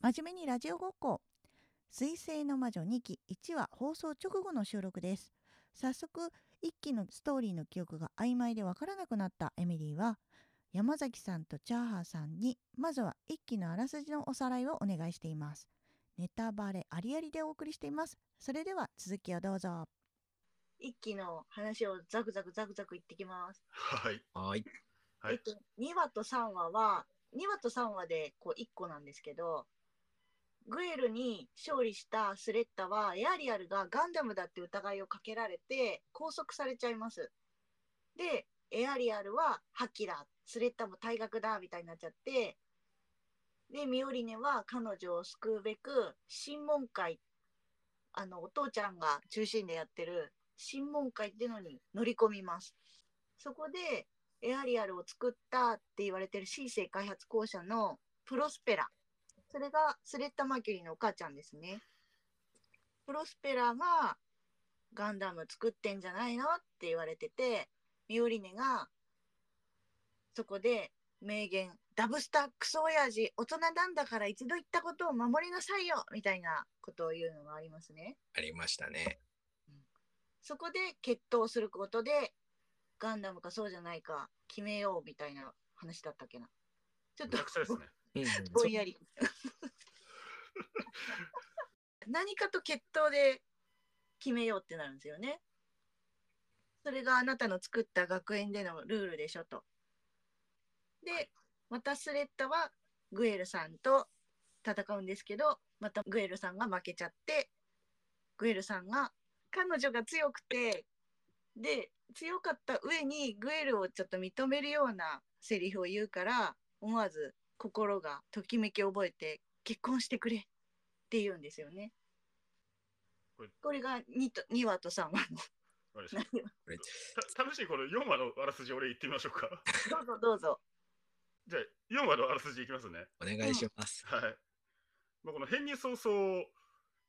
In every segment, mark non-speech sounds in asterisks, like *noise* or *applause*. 真面目にラジオごっこ水星の魔女2期1話放送直後の収録です早速1期のストーリーの記憶が曖昧でわからなくなったエミリーは山崎さんとチャーハーさんにまずは1期のあらすじのおさらいをお願いしていますネタバレありありでお送りしていますそれでは続きをどうぞ一期の話をザクザクザクザク言ってきます。はい。はい。はいえっと、2話と3話は、2話と3話でこう1個なんですけど、グエルに勝利したスレッタは、エアリアルがガンダムだって疑いをかけられて、拘束されちゃいます。で、エアリアルはハキだ、スレッタも退学だ、みたいになっちゃって、で、ミオリネは彼女を救うべく、審問会、あの、お父ちゃんが中心でやってる審問会っていうのに乗り込みます。そこで、エアリアルを作ったって言われてるシーセイ開発公社のプロスペラ。それがスレッタ・マーキュリーのお母ちゃんですね。プロスペラがガンダム作ってんじゃないのって言われてて、ミオリネがそこで名言、ダブスタクソ親父、大人なんだから一度言ったことを守りなさいよみたいなことを言うのがありますね。ありましたね。そこで決闘することで、ガンダムかそうじゃないか決めようみたいな話だったっけな。ちょっめちとゃくちゃですね。うん。ぼんやり。 *laughs* 何かと決闘で決めようってなるんですよね。それがあなたの作った学園でのルールでしょと。で、またスレッタはグエルさんと戦うんですけど、またグエルさんが負けちゃって、グエルさんが彼女が強くて、で、強かった上にグエルをちょっと認めるようなセリフを言うから、思わず心がときめきを覚えて結婚してくれって言うんですよねこれ。これが 2, と2話と3話のわかりました内容た楽しいこの4話のあらすじ、俺言ってみましょうか。 *laughs* *laughs* どうぞどうぞ。じゃあ、4話のあらすじいきますね。お願いします。はい。まあ、この編入早々、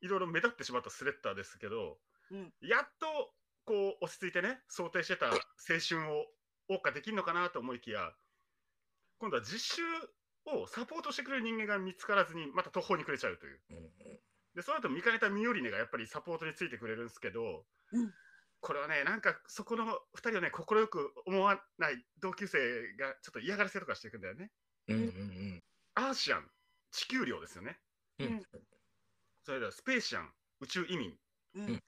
いろいろ目立ってしまったスレッターですけど、うんやっと、こう、落ち着いてね、想定してた青春を謳歌できるのかなと思いきや、今度は実習をサポートしてくれる人間が見つからずに、また途方に暮れちゃうという。うんうんで、その後見かねたミオリネがやっぱりサポートについてくれるんですけど、うんこれはね、なんかそこの2人をね、快く思わない同級生がちょっと嫌がらせとかしていくんだよね。うんうんアーシアン、地球寮ですよね。うん。ううんん。それではスペーシアン、宇宙移民。うん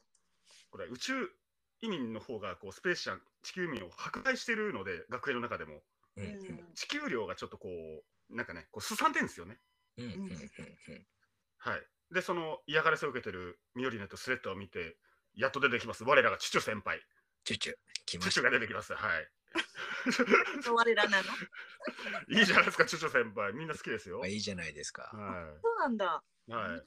これは宇宙移民の方がこうスペーシアン、地球移民を迫害してるので、学園の中でも。ううんうんん地球寮がちょっとこう、なんかね、こうすさんでんですよね。うんうんはい。で、その嫌がらせを受けてるミオリネとスレッタを見て、やっと出てきます。我らがチュチュ先輩。チュチュ、来チまュしチュたが。出てきます。はい。そう我らなのいいじゃないですか、チュチュ先輩。みんな好きですよ。まあはい。いいじゃないですか。そうなんだ。は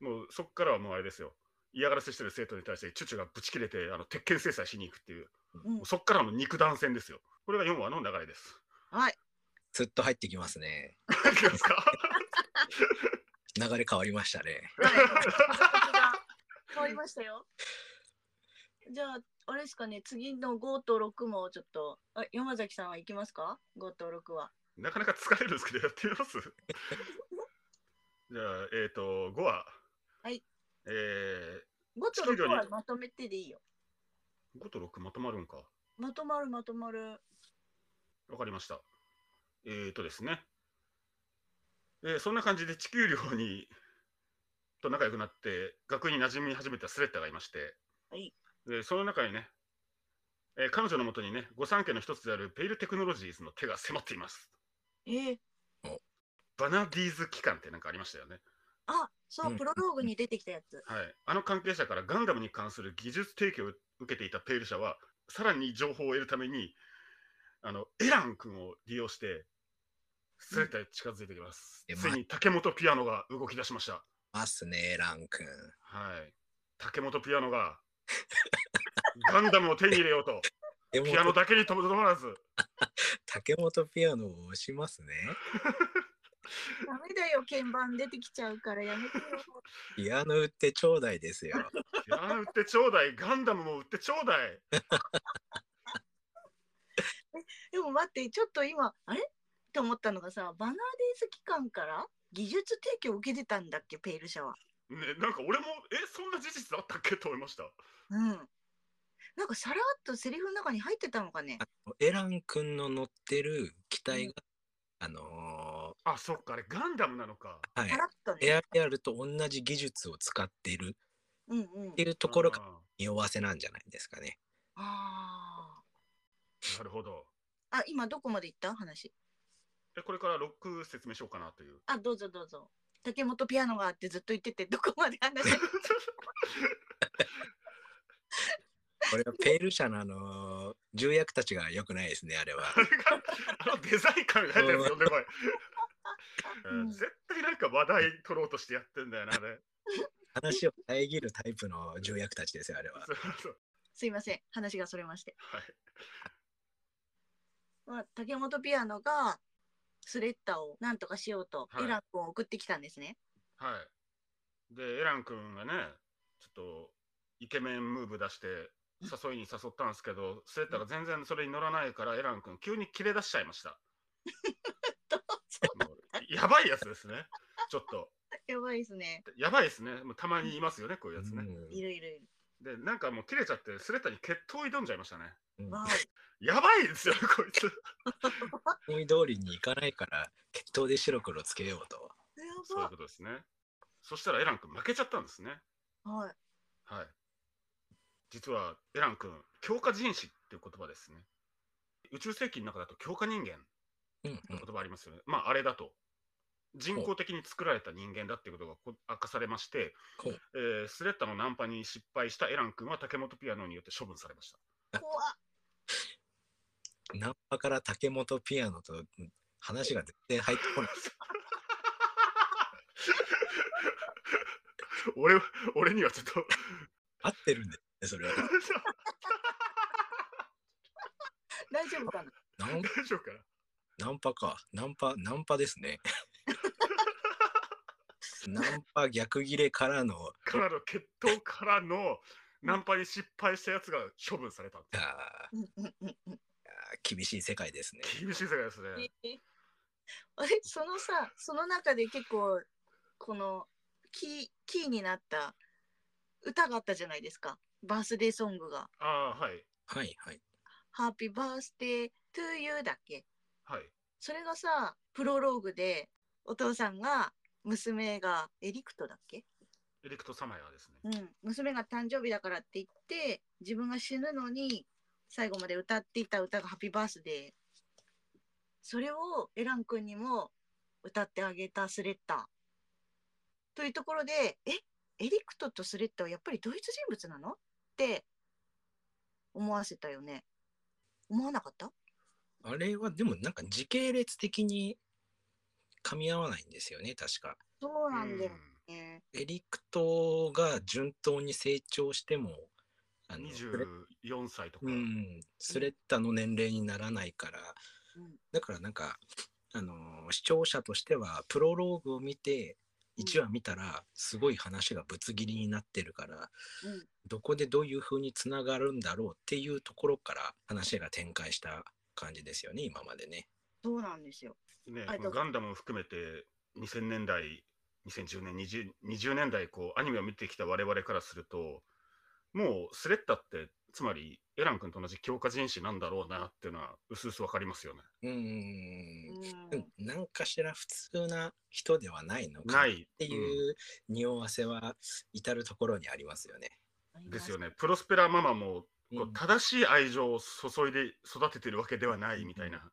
い。もうそこからはもうあれですよ。嫌がらせしてる生徒に対して、チュチュがぶち切れて、あの鉄拳制裁しに行くっていう、うんもうそこからの肉弾戦ですよ。これが4話の流れです。 *laughs* はい。ずっと入ってきますね。いきますか流れ変わりましたね。変わりましたよ。じゃあ、あれですかね、次の5と6もちょっと、あ山崎さんは行きますか ?5 と6は。なかなか疲れるんですけど、やってみますじゃあ、えっ、と、5話。はい。えー、 5と6はまとめてでいいよ。 5と6まとまるんか。まとまるまとまる。わかりました。えーとですね。えーそんな感じで地球寮にと仲良くなって、学院に馴染み始めたスレッタがいまして、はいでその中にね、えー彼女のもとにね、御三家の一つであるペイルテクノロジーズの手が迫っています。えー、バナディーズ機関ってなんかありましたよね。あそうう、んプロローグに出てきたやつ。はい。あの関係者からガンダムに関する技術提供を受けていたペイル社は、さらに情報を得るために、あの、エラン君を利用して、スレッタに近づいてきます。うんついに竹本ピアノが動き出しました。ますね、ラン君。はい。竹本ピアノ *laughs* が、ガンダムを手に入れようと、でピアノも、だけにとどまらず、竹本ピアノを押しますね。ダメだよ、鍵盤出てきちゃうからやめてよ。ピアノ売ってちょうだいですよ。ピアノ売ってちょうだい、ガンダムも売ってちょうだい。でも待って、ちょっと今、あれって思ったのがさバナーデイズ期間から技術提供受けてたんだっけペイル社は。ね、なんか俺も、え、そんな事実あったっけと思いました。うん。なんかさらっとセリフの中に入ってたのかね。エラン君の乗ってる機体が、あのあ、そっか、あれガンダムなのか。ーはいさ、らっとエね。アリアルと同じ技術を使っているうんうんって。いうところがあ匂わせなんじゃないですかね。あーなるほど。あ。あ今どこまで行った話。え、これから6説明しようかなという。 *laughs* あどうぞどうぞ。竹本ピアノがあってずっと言っててどこまで話してこれはペイル社のあのー重役たちが良くないですね、あれは。あれが、あのデザイン感が入ったやつ呼んでこい。え *laughs* うーん絶対なんか話題取ろうとしてやってんだよな、あれ。話を遮るタイプの重役たちですよ、あれはそ。うそうすいません話がそれまして。はい。まあ、竹本ピアノがスレッタをなんとかしようと、はいエラン君を送ってきたんですね。はい。で、エラン君がね、ちょっとイケメンムーブ出して、誘いに誘ったんですけど、スレッタが全然それに乗らないから、エラン君、急に切れ出しちゃいました。 *laughs* どうぞもうやばいやつですね。ちょっと。やばいですね。やばいですね。もうたまにいますよね、こういうやつね。いるいるいで、なんかもう切れちゃって、スレッタに決闘挑んじゃいましたね。うんる。うんわやばいですよね、こいつ。思い通りにいかないから、決闘で白黒つけようと。お。そういうやことですね。そしたらエラン君負けちゃったんですね。ば。はい。はい。実はエラン君、強化人士っていう言葉ですね。宇宙世紀の中だと強化人間うんう言ん、葉ありますよね。まあ、あれだと。人工的に作られた人間だっていうことがこ明かされましてほう、えースレッタのナンパに失敗したエラン君は竹本ピアノによって処分されました。怖っナンパから竹本ピアノとうん話が全然入ってこない。俺俺にはちょっと合ってるんですね、それは。大丈夫かな。ナ大ン丈夫かなナンパか。ナンパ、ナンパですね。 *laughs* ナンパ逆切れからの、からの決闘からのナンパに失敗したやつが処分されたんであうんうんうんうんー厳しい世界ですね。す厳しい世界ですね。あれそのさその中で結構このキーキーになった歌があったじゃないですかバースデーソングがああ、はい。はいはい。 「ハッピーバースデートゥーユー」だっけはい。それがさプロローグでお父さんが娘がエリクトだっけエリクト様やですね。うん、娘が誕生日だからって言って自分が死ぬのに最後まで歌っていた歌が「ハッピーバースデー」それをエラン君にも歌ってあげたスレッタというところでえエリクトとスレッタはやっぱり同一人物なのって思わせたよね思わなかったあれはでもなんか時系列的に噛み合わないんですよね、確か。そうなんだようねエリクトが順当に成長しても、あんのスレ24歳とか。うん、スレッタの年齢にならないから、うんだからなんか、あのー視聴者としてはプロローグを見てうん1話見たらすごい話がぶつ切りになってるからうんどこでどういう風につながるんだろうっていうところから話が展開した感じですよね今までね。そうなんですよねあれ、このガンダムを含めて2000年代、2010年、20, 20年代こう、アニメを見てきた我々からすると、もうスレッタって、つまりエラン君と同じ強化人種なんだろうなっていうのは、うすうすわかりますよね。うーうんんなんかしら普通な人ではないのかなっい。ていう匂わせは至るところにありますよね。うんですよね。プロスペラママも、こううん正しい愛情を注いで育ててるわけではないみたいな。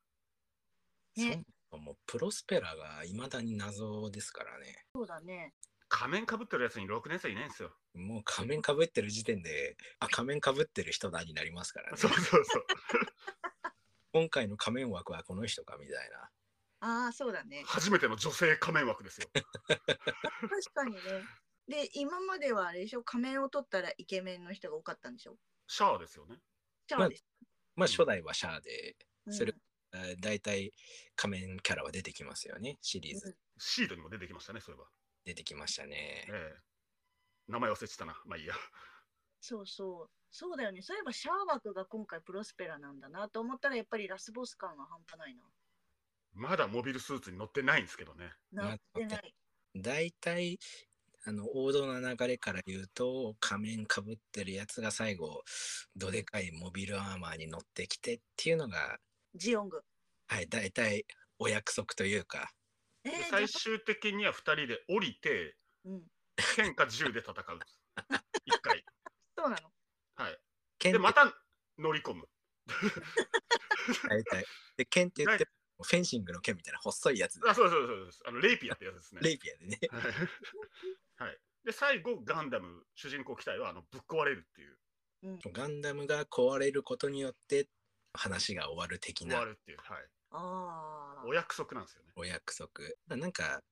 ねそうもうプロスペラがいまだに謎ですからね。そうだね仮面かぶってるやつに6年生いないんですよ。もう仮面かぶってる時点で、あ、仮面かぶってる人だになりますからね。そうそうそう。今回の仮面枠はこの人かみたいな。ああそうだね *laughs* 初めての女性仮面枠ですよ。確かにね。で、今まではあれでしょ、仮面を取ったらイケメンの人が多かったんでしょ。シャアですよね。シャアです。まあ初代はシャアで、うんそれあ大体仮面キャラは出てきますよね。シリーズシードにも出てきましたね、そういえば。出てきましたね。ええ名前忘れてたな。まあいいや。そうそう。そうだよね。そういえばシャア枠が今回プロスペラなんだなと思ったら、やっぱりラスボス感が半端ないな。まだモビルスーツに乗ってないんですけどね。なってない。大体あの王道な流れから言うと仮面かぶってるやつが最後どでかいモビルアーマーに乗ってきてっていうのが、ジオング。はい、大体お約束というかえーでじゃあ最終的には2人で降りて、うん。剣か銃で戦う。 *laughs* 一回。そうなの。はい。剣で、まってた乗り込む。大体で剣って言ってはもフェンシングの剣みたいな細いやつであ、そうそうそうそう。あのレイピアってやつですね。レイピアでねはいはい。で、最後、ガンダム、主人公機体はあのぶっ壊れるっていう、うん。ガンダムが壊れることによって話が終わる的終わなるっていう、はい。ああ。お約束なんですよね。お約束なんか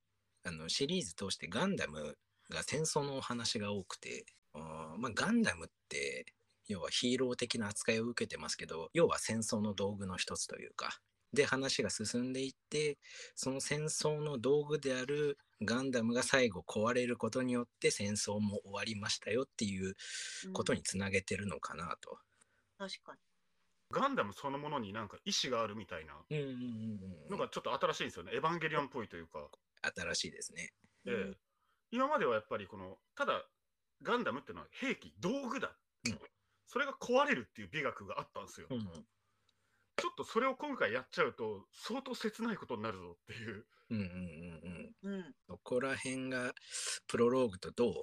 あのシリーズ通してガンダムが戦争のお話が多くてあーまあ、ガンダムって要はヒーロー的な扱いを受けてますけど要は戦争の道具の一つというかで話が進んでいってその戦争の道具であるガンダムが最後壊れることによって戦争も終わりましたよっていうことにつなげてるのかなと。確かに。ガンダムそのものになんか意志があるみたいなうんうんうんうんのがちょっと新しいんですよね。エヴァンゲリオンっぽいというか。新しいですね。ええ今まではやっぱりこの、ただ、ガンダムってのは兵器、道具だ。うんそれが壊れるっていう美学があったんですよ。うんちょっとそれを今回やっちゃうと、相当切ないことになるぞっていう。うんうんうんうんうん。どこら辺がプロローグとどう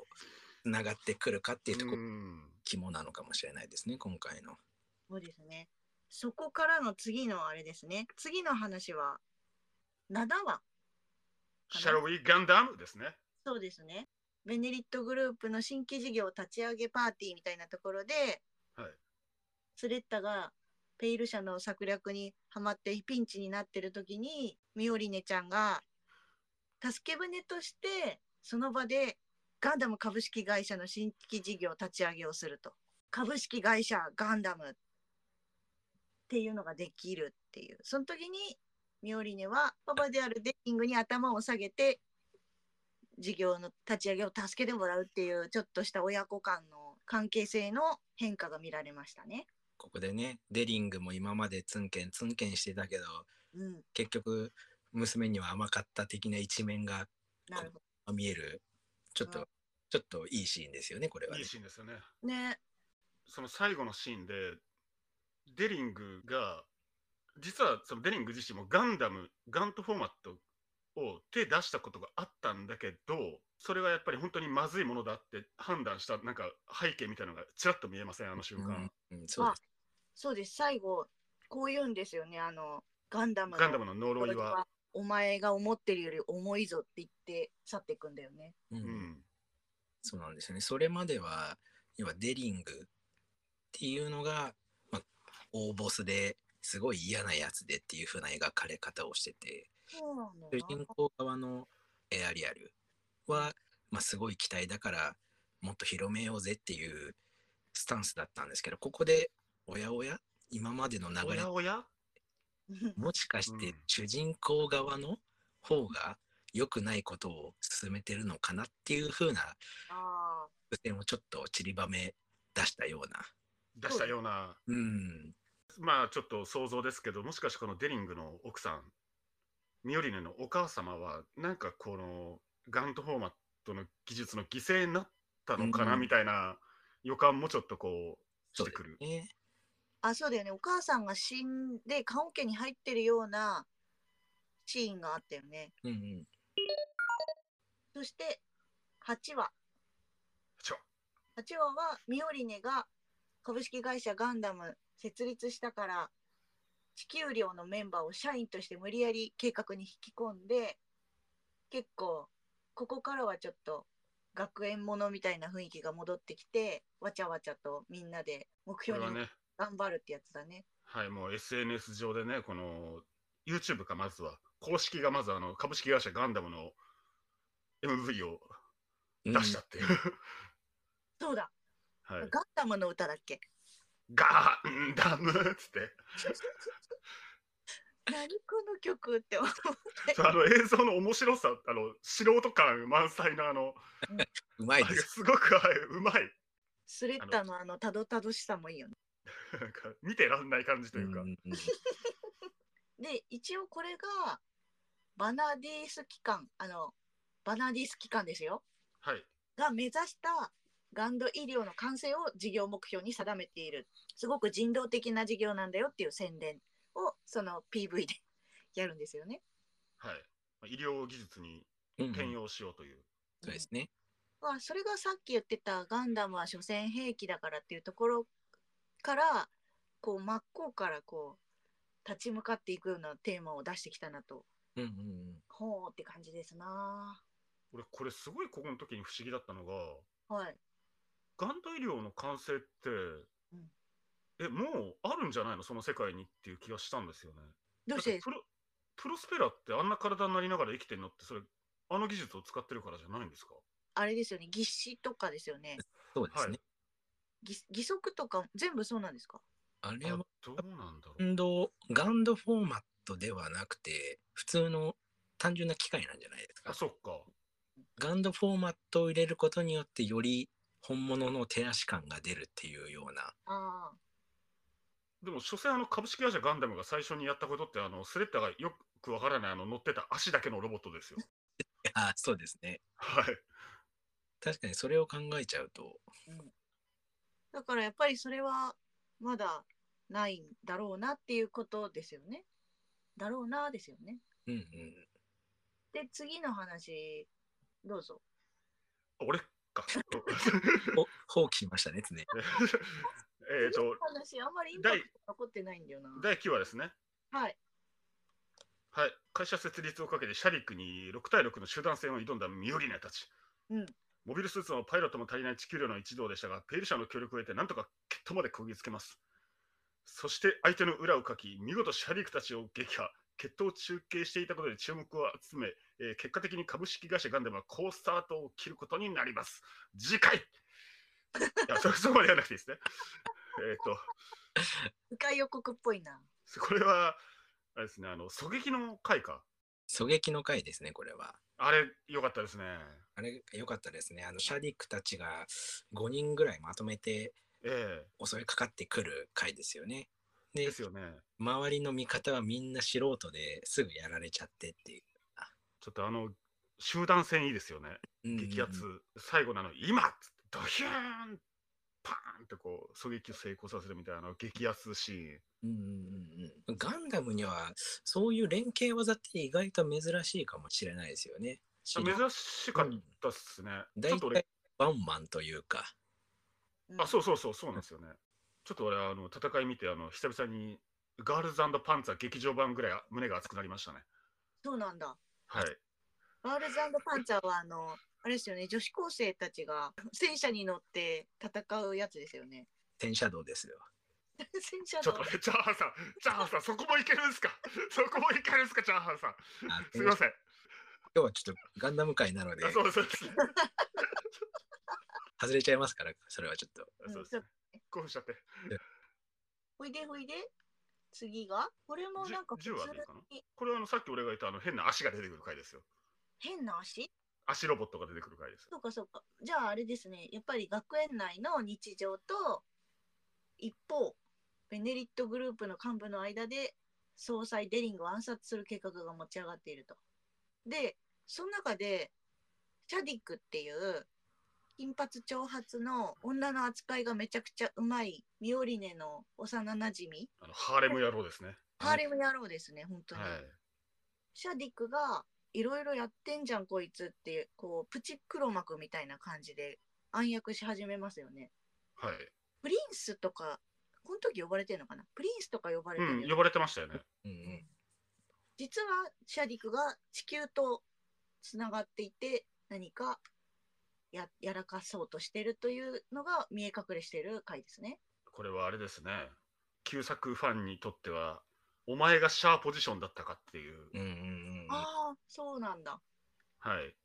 つながってくるかっていうとこうん肝なのかもしれないですね今回の。そうですね。そこからの次のあれですね。次の話は、7話。 Shall we Gundam? ですね。そうですね。ベネリットグループの新規事業立ち上げパーティーみたいなところで、はいスレッタがペイル社の策略にはまってピンチになってる時にミオリネちゃんが助け舟としてその場でガンダム株式会社の新規事業立ち上げをすると株式会社ガンダムっていうのができるっていうその時にミオリネはパパであるデッキングに頭を下げて事業の立ち上げを助けてもらうっていうちょっとした親子間の関係性の変化が見られましたね。ここでねデリングも今までツンケンツンケンしてたけどうん、結局娘には甘かった的な一面がなるほ見えるちょっと、うんちょっといいシーンですよねこれはねいい。シーンですよね。どね。その最後のシーンで、デリングが、実はそのデリング自身もガンダム、ガントフォーマットを手出したことがあったんだけど、それがやっぱり本当にまずいものだって判断した、なんか背景みたいなのがちらっと見えません、あの瞬間。うんうんそうですそうです最後こう言うんですよねあのガンダムのガンダムの呪いこれは。お前が思ってるより重いぞって言って去っていくんだよね。うんうん。そうなんですよね。それまでは、要はデリングっていうのが、まあ、大ボスですごい嫌なやつでっていう風な描かれ方をしてて、そうなんだ主人公側のエアリアルは、まあ、すごい期待だから、もっと広めようぜっていうスタンスだったんですけど、ここで、おやおや今までの流おれや、おやもしかしうてん主人公側の方が良くないことを進めてるのかなっていう風な *laughs* あ伏線をちょっと散りばめ出したような。出したような、うん。まあちょっと想像ですけど、もしかしてこのデリングの奥さん、ミオリネのお母様は、なんかこのガントフォーマットの技術の犠牲になったのかなうんみたいな予感もちょっとこうしそうてでくする。ね。ああそうだよねお母さんが死んで棺桶に入ってるようなシーンがあったよね。うんうん。そして8話ちょ8話はミオリネが株式会社ガンダム設立したから地球寮のメンバーを社員として無理やり計画に引き込んで結構ここからはちょっと学園ものみたいな雰囲気が戻ってきてわちゃわちゃとみんなで目これ標はにね、頑張るってやつだね。はい、もう SNS 上でね、この YouTube かまずは、公式がまずあの株式会社ガンダムの MV を出出したっていう。そうだ、はい、ガンダムの歌だっ *laughs* けガンダムっつって。何この曲って思っそうあの映像の面白さ、あの素人感満載のあの、うまあいれでがす。すごく、はい、うまい。 *laughs* スレッタのあのたどたどしさもいいよね。なんか見てらんない感じというか、うんうんで一応これがバナディース機関あのバナディース機関ですよはい。が目指したがん度医療の完成を事業目標に定めているすごく人道的な事業なんだよっていう宣伝をその PV で *laughs* やるんですよね。はい。まあ医療技術にうんうん転用しようという。そうですね。まあ、それがさっき言ってたガンダムは所詮兵器だからっていうところからこう真っ向からこう立ち向かっていくようなテーマを出してきたなとうんうんうん。ほうって感じですな俺、これすごいここの時に不思議だったのが、はいがん医療の完成って、んえ、もうあるんじゃないのその世界にっていう気がしたんですよね。どうしてだってプロプロスペラってあんな体になりながら生きてんのって、それ、あの技術を使ってるからじゃないんですかあれですよね義肢とかですよねそうですね。義義足とか全部そうなんですかあれあはどうなんだろう。ガンド、ガンドフォーマットではなくて、普通の単純な機械なんじゃないですかあ、。そっか。ガンドフォーマットを入れることによって、より本物の手足感が出るっていうような。あでも、所詮あの株式会社ガンダムが最初にやったことって、あのスレッタがよくわからないあの乗ってた足だけのロボットですよ。いやそうですね。はい。確かにそれを考えちゃうと、あだからやっぱりそれはまだないんだろうなっていうことですよねだろうなですよねうんうん。で次の話どうぞ俺か。お放棄しましたね、常に。えっと、話あんまりインパクト残ってないんだよな第9話ですね。はいはい。会社設立をかけてシャリックに6対6の集団戦を挑んだミオリネたち。うんモビルスーツのパイロットも足りない地球量の一同でしたが、ペイル社の協力を得て、なんとか決闘までこぎつけます。そして相手の裏をかき、見事シャリックたちを撃破。決闘を中継していたことで注目を集め、えー結果的に株式会社ガンダムは好スタートを切ることになります。次回いや、そ *laughs* そこまでやらなくていいですね。えーっと、次回予告っぽいなこれは、あれですね、あの、狙撃の回か。狙撃の回ですね、これは。あれ、良かったですね。あれ、良かったですね。あの、シャディックたちが5人ぐらいまとめてえ襲いかかってくる回ですよね。えでで、すよね。周りの味方はみんな素人ですぐやられちゃってっていう。ちょっとあの、集団戦いいですよね。うん激アツ。最後なの、今っつってドヒューンパーンってこう、狙撃を成功させるみたいな、あの、激アツシーン。うんうんうんうんガンダムにはそういう連携技って意外と珍しいかもしれないですよね。し珍しかったっすね。ちょ大っと俺体、ワンマンというか。うんあ、そうそうそう、そうなんですよね。ちょっと俺、あの、戦い見て、あの、久々に、ガールズパンツァー劇場版ぐらい胸が熱くなりましたね。そうなんだはい。ガールズパンチャーはあの、あれですよね、女子高生たちが戦車に乗って戦うやつですよね。 *laughs* 天車道です *laughs* よ。戦車ちょっのと *laughs* 待って、チャーハンさん、チャーハンさん、そこもいけるんすか *laughs* そこもいけるんすか、チャーハンさん。あすいません。今日はちょっとガンダム界なのであそうそうです。外れちゃいますから、それはちょっと。うんそうです。興奮しちゃって。ほいでほいで、次が、これもなんか普じ通ゅ10話でいいかなにこれはあのさっき俺が言ったあの変な足が出てくる回ですよ。変な足足ロボットが出てくる回です。そうかそうか。じゃああれですね、やっぱり学園内の日常と、一方、ベネリットグループの幹部の間で、総裁デリングを暗殺する計画が持ち上がっていると。で、その中で、シャディックっていう、金髪長髪の女の扱いがめちゃくちゃうまいミオリネの幼なじみ、あのハーレム野郎ですね。ハーレム野郎ですね、本当に。はい。シャディックがいろいろやってんじゃんこいつっていうこうプチ黒幕みたいな感じで暗躍し始めますよね。はい。プリンスとかこの時呼ばれてるのかなプリンスとか呼ばれてるよね、うん、呼ばれてましたよね。うんうん実はシャディックが地球とつながっていて何かややらかそうとしてるというのが見え隠れしてる回ですね。これはあれですね。旧作ファンにとっては、お前がシャーポジションだったかっていう。うんうんうんああそうなんだ。はい。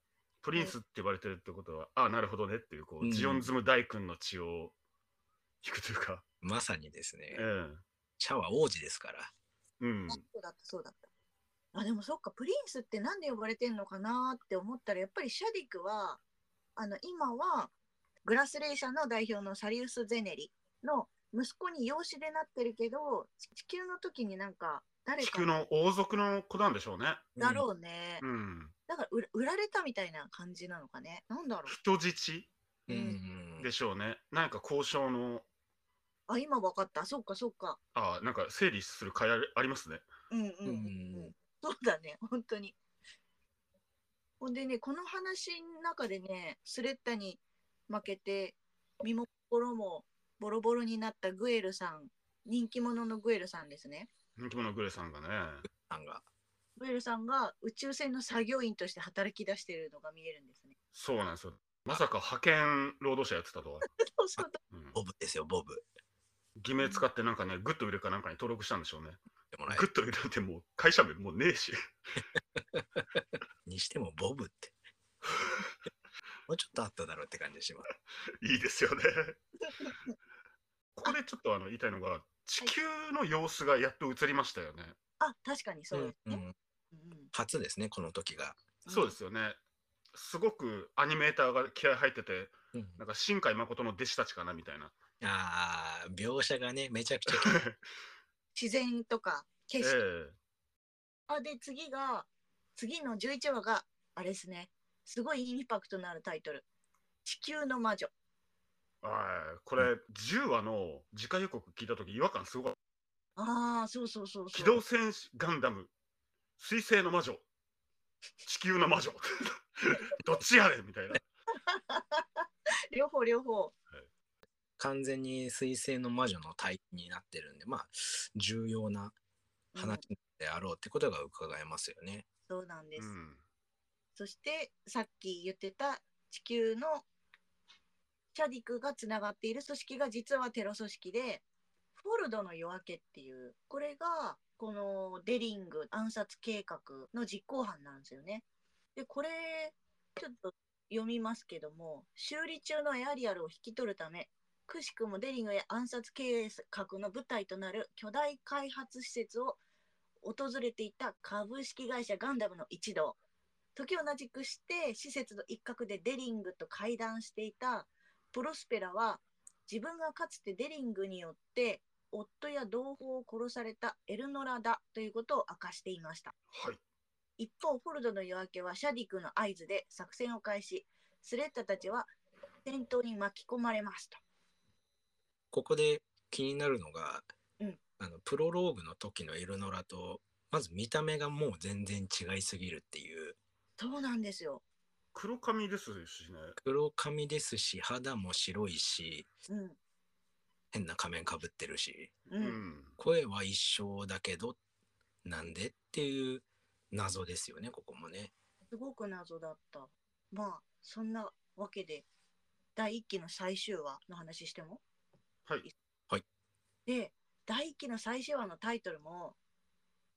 プリンスって呼ばれてるってことは、ああ、なるほどねっていう、こうう、んジオンズム大君の血を引くというか、まさにですね、うん。シャワー王子ですから。うんあ。そうだったそうだったあでもそっかプリンスってなんで呼ばれてんのかなって思ったらやっぱりシャディクはあの今はグラスレー社の代表のサリウス・ゼネリの息子に養子でなってるけど地球の時になんか誰地か球の王族の子なんでしょうね。だろうね、うん。だから売ら売られたみたいな感じなのかねなんだろう人質うん。うんうんでしょうね。なんか交渉の、あ今分かったそっかそっかあなんか整理する会ありありますね。うんうん、ううんうんん、そうだね、本当に。ほんでね、この話の中でね、スレッタに負けて、身も心もボロボロになったグエルさん、人気者のグエルさんですね。人気者グレさんがね。さんが。グエルさんが宇宙船の作業員として働き出してるのが見えるんですね。そうなんですよ。まさか派遣労働者やってたとは。そうそううんボブですよ、ボブ。偽名使ってなんかね、グッドウィルかなんかに登録したんでしょうね。でもらえグッドウィルなんてもう会社名もうねえし。にしてもボブ *laughs* って。もうちょっとあっただろうって感じします。いいですよね。ここでちょっとあの言いたいのが、地球の様子がやっと映りましたよね。あ、確かにそうですうね。んうんうん初ですね、この時が。そうですよね。すごくアニメーターが気合入ってて、うんなんか新海誠の弟子たちかなみたいな。ああ、描写がね、めちゃくちゃ。 *laughs* 自然とか景 *laughs* ええ色、あで次が次の11話があれですねすごいインパクトのあるタイトル「地球の魔女はいこれ、10話の次回予告聞いたとき、違和感すごかっ」ああそうそうそうた。機そ動う戦士ガンダム、水星の魔女、地球の魔女、 *laughs* どっちやねんみたいな。両方両方完全に水星の魔女の対比になってるんで、まあ、重要な話であろうってことが伺えますよね。そうなんでうす、ん、そしてさっき言ってた地球のチャディクがつながっている組織が実はテロ組織でフォルドの夜明けっていうこれがこのデリング暗殺計画の実行犯なんですよね。でこれちょっと読みますけども修理中のエアリアルを引き取るためくしくもデリングや暗殺計画の舞台となる巨大開発施設を訪れていた株式会社ガンダムの一同時を同じくして施設の一角でデリングと会談していたプロスペラは自分がかつてデリングによって夫や同胞を殺されたエルノラだということを明かしていましたはい。一方フォルドの夜明けはシャディクの合図で作戦を開始スレッタたちは戦闘に巻き込まれますとここで気になるのが、うんあのプロローグの時のエルノラと、まず見た目がもう全然違いすぎるっていう、そうなんですよ、黒髪ですしね。黒髪ですし、肌も白いし、うん変な仮面かぶってるし。ううんん。声は一緒だけどなんでっていう謎ですよねここもねすごく謎だったまあそんなわけで第1期の最終話の話してもはい。で第1期の最終話のタイトルも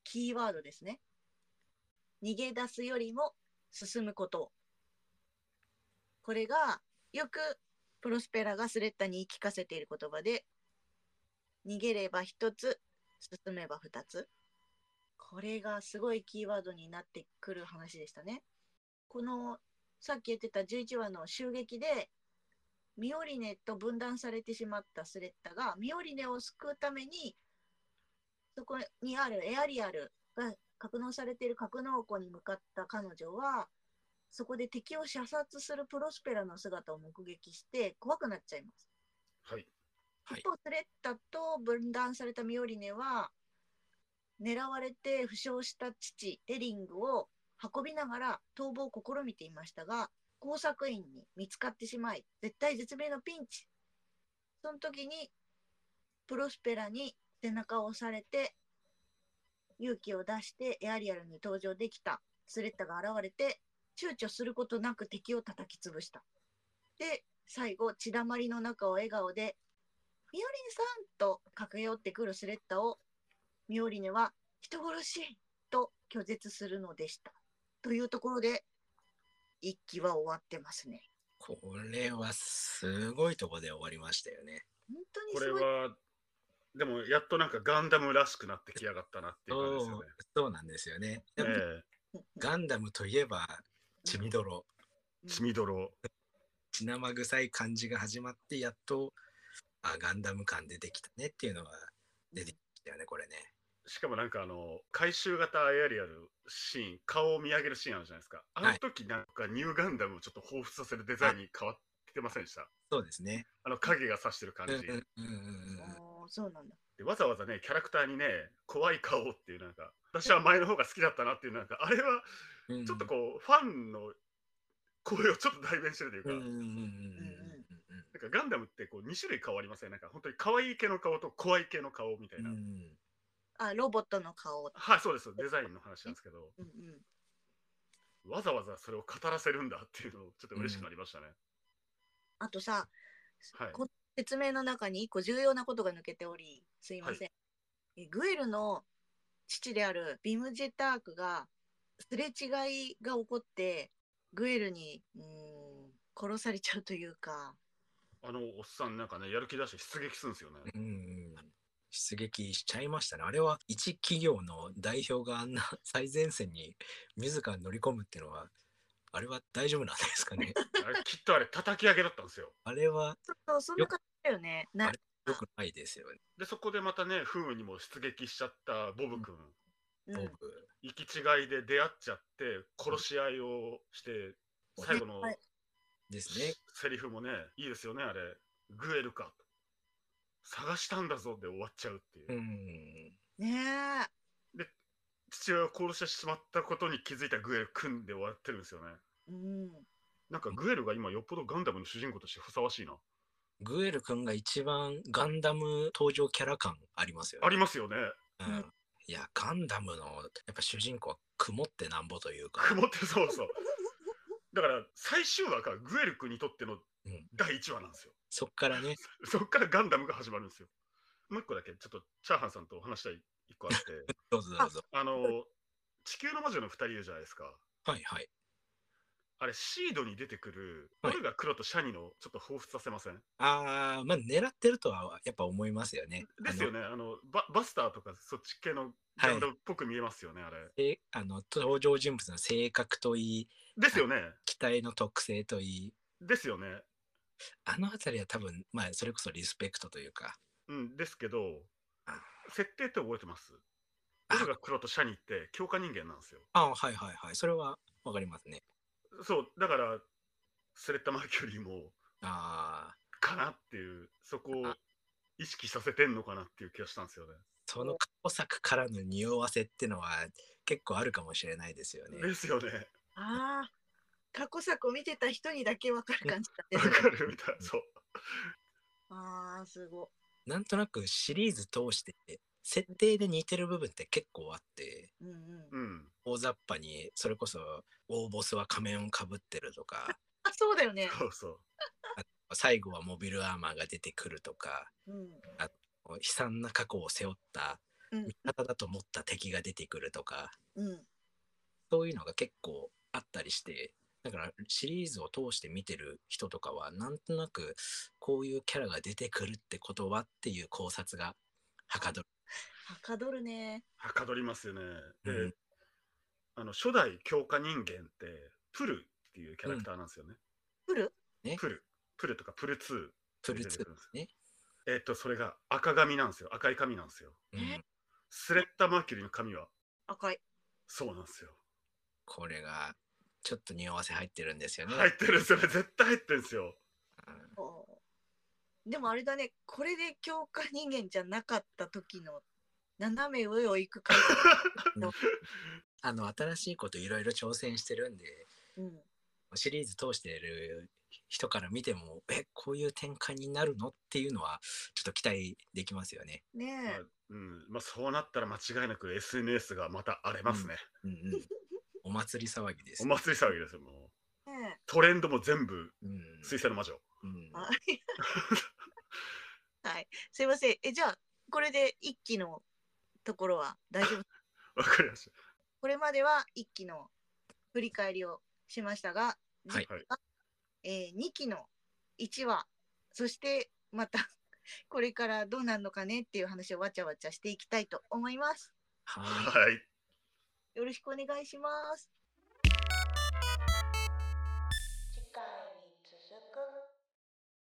キーワードですね逃げ出すよりも進むことをこれがよくプロスペラがスレッタに言い聞かせている言葉で逃げれば1つ進めば2つこれがすごいキーワードになってくる話でしたねこのさっき言ってた11話の襲撃でミオリネと分断されてしまったスレッタがミオリネを救うためにそこにあるエアリアルが格納されている格納庫に向かった彼女はそこで敵を射殺するプロスペラの姿を目撃して怖くなっちゃいます。はい。はい一方スレッタと分断されたミオリネは狙われて負傷した父デリングを運びながら逃亡を試みていましたが工作員に見つかってしまい絶体絶命のピンチその時にプロスペラに背中を押されて勇気を出してエアリアルに登場できたスレッタが現れて躊躇することなく敵を叩き潰したで最後血だまりの中を笑顔で「ミオリネさん!」と駆け寄ってくるスレッタをミオリネは「人殺し!」と拒絶するのでしたというところで一期は終わってますねこれはすごいとこで終わりましたよね本当にこすれごいは、でもやっとなんかガンダムらしくなってきやがったなっていう感じですよね。そうなんですよねやっぱりえガンダムといえば血みどろえ血みどろ。血生臭い感じが始まってやっとあガンダム感出てきたねっていうのが出てきたよねこれねしかもなんかあの、回収型エアリアルシーン、顔を見上げるシーンあるじゃないですか。あの時なんかニューガンダムをちょっと彷彿させるデザインに変わってませんでしたそうですね。あの影が差してる感うじん。うんうんうんうん。あーそうなんだ。でわざわざね、キャラクターにね、怖い顔っていうなんか、私は前の方が好きだったなっていうなんか、あれはちょっとこう、ファンの声をちょっと代弁してるというか、うんうんうんうんうんうんなんかガンダムってこう2種類顔ありませんなんか本当に可愛い系の顔と怖い系の顔みたいうんな。うんあ、ロボットの顔。はい、そうです。デザインの話なんですけど、うんうん。わざわざそれを語らせるんだっていうのをちょっと嬉しくなりましたね。あとさ、はい。こ説明の中に一個重要なことが抜けており、すいません。えグエルの父であるビム・ジェタークが、すれ違いが起こって、グエルに、うーん、殺されちゃうというか、あのおっさんなんかね、やる気出して出撃するんですよね。うんうん出撃しちゃいましたね。あれは一企業の代表があんな *laughs* 最前線に自ら乗り込むっていうのは、あれは大丈夫なんですかね。あれきっとあれ叩き上げだったんですよ。あれはちょっとそんな感じだよね。なあれ良くないですよね。で、そこでまたね、不運にも出撃しちゃったボブ君、うん僕、行き違いで出会っちゃって、殺し合いをして、最後のはいですね。セリフもね、いいですよね、あれ。グエルか。探したんだぞで終わっちゃうっていう。うん。ねえ。父親を殺してしまったことに気づいたグエル組んで終わってるんですよね。うん、なんかグエルが今よっぽどガンダムの主人公としてふさわしいな。グエル君が一番ガンダム登場キャラ感ありますよあね。りますよね。うん、いや、ガンダムのやっぱ主人公は曇ってなんぼというか。曇ってそうそう。だから最終話がグエル君にとってのうん第1話なんですよ。 *laughs* そっからね、そっからガンダムが始まるんですよ。もう一個だけちょっとチャーハンさんとお話したい一個あって、 *laughs* どうぞどうぞ。あの、地球の魔女の2人いるじゃないですか。はいはい。あれシードに出てくる、はい俺が黒とシャニのちょっと彷彿させませんああ、まあ狙ってるとはやっぱ思いますよね。ですよね。あのバ、バスターとかそっち系のガンダムっぽく見えますよね、あれ。えあの登場人物の性格といいですよね。機体の特性といいですよね。あの辺りは多分まあそれこそリスペクトというかうん、ですけどあ、設定って覚えてますあ俺が黒とシャニって強化人間なんですよ。ああはいはいはいそれはわかりますねそう、だから、スレッタ・マーキュリーも、ああかなっていう、そこを意識させてんのかなっていう気がしたんですよね。その過去作からの匂わせってのは結構あるかもしれないですよねです *laughs* よね。ああ過去作を見てた人にだけ分かる感じだわね。かるみたい。そう。ああすごなんとなくシリーズ通して設定で似てる部分って結構あってい。うんうん、うん。大雑把にそれこそ大ボスは仮面をかぶってるとかあそうだよね。そうそう。最後はモビルアーマーが出てくるとかうん悲惨な過去を背負ったうん味方だと思った敵が出てくるとか、うんそういうのが結構あったりしてだからシリーズを通して見てる人とかはなんとなくこういうキャラが出てくるってことはっていう考察がはかどる。はかどるね。はかどりますよね。で、うんあの、初代強化人間って、プルっていうキャラクターなんですよね。来るうんプル。プルとかプル2。プルツーね、えっと、それが赤髪なんですよ。赤い髪なんですよ。うねんスレッタ・マーキュリーの髪は赤い。そうなんですよ。これがちょっと匂わせ入ってるんですよね。入ってるんですよね。絶対入ってるんですよ。うんおーでもあれだねこれで強化人間じゃなかった時の斜め上を行く感あの新しいこといろいろ挑戦してるんでじ。うんシリーズ通してる人から見てもえこういう展開になるのっていうのはちょっと期待できますよね。ねまあえ、うんまあ、そうなったら間違いなく SNS がまた荒れますね。うんうん、お祭り騒ぎです。お祭り騒ぎですよ。もうねトレンドも全部うん水星の魔女。うんあはいすいませんえじゃあこれで一期のところは大丈夫わかりましこれまでは1期の振り返りをしましたが、は次いはえ2期の1話そしてまたこれからどうなるのかねっていう話をわちゃわちゃしていきたいと思います。た。はい。はい。よろしくお願いします。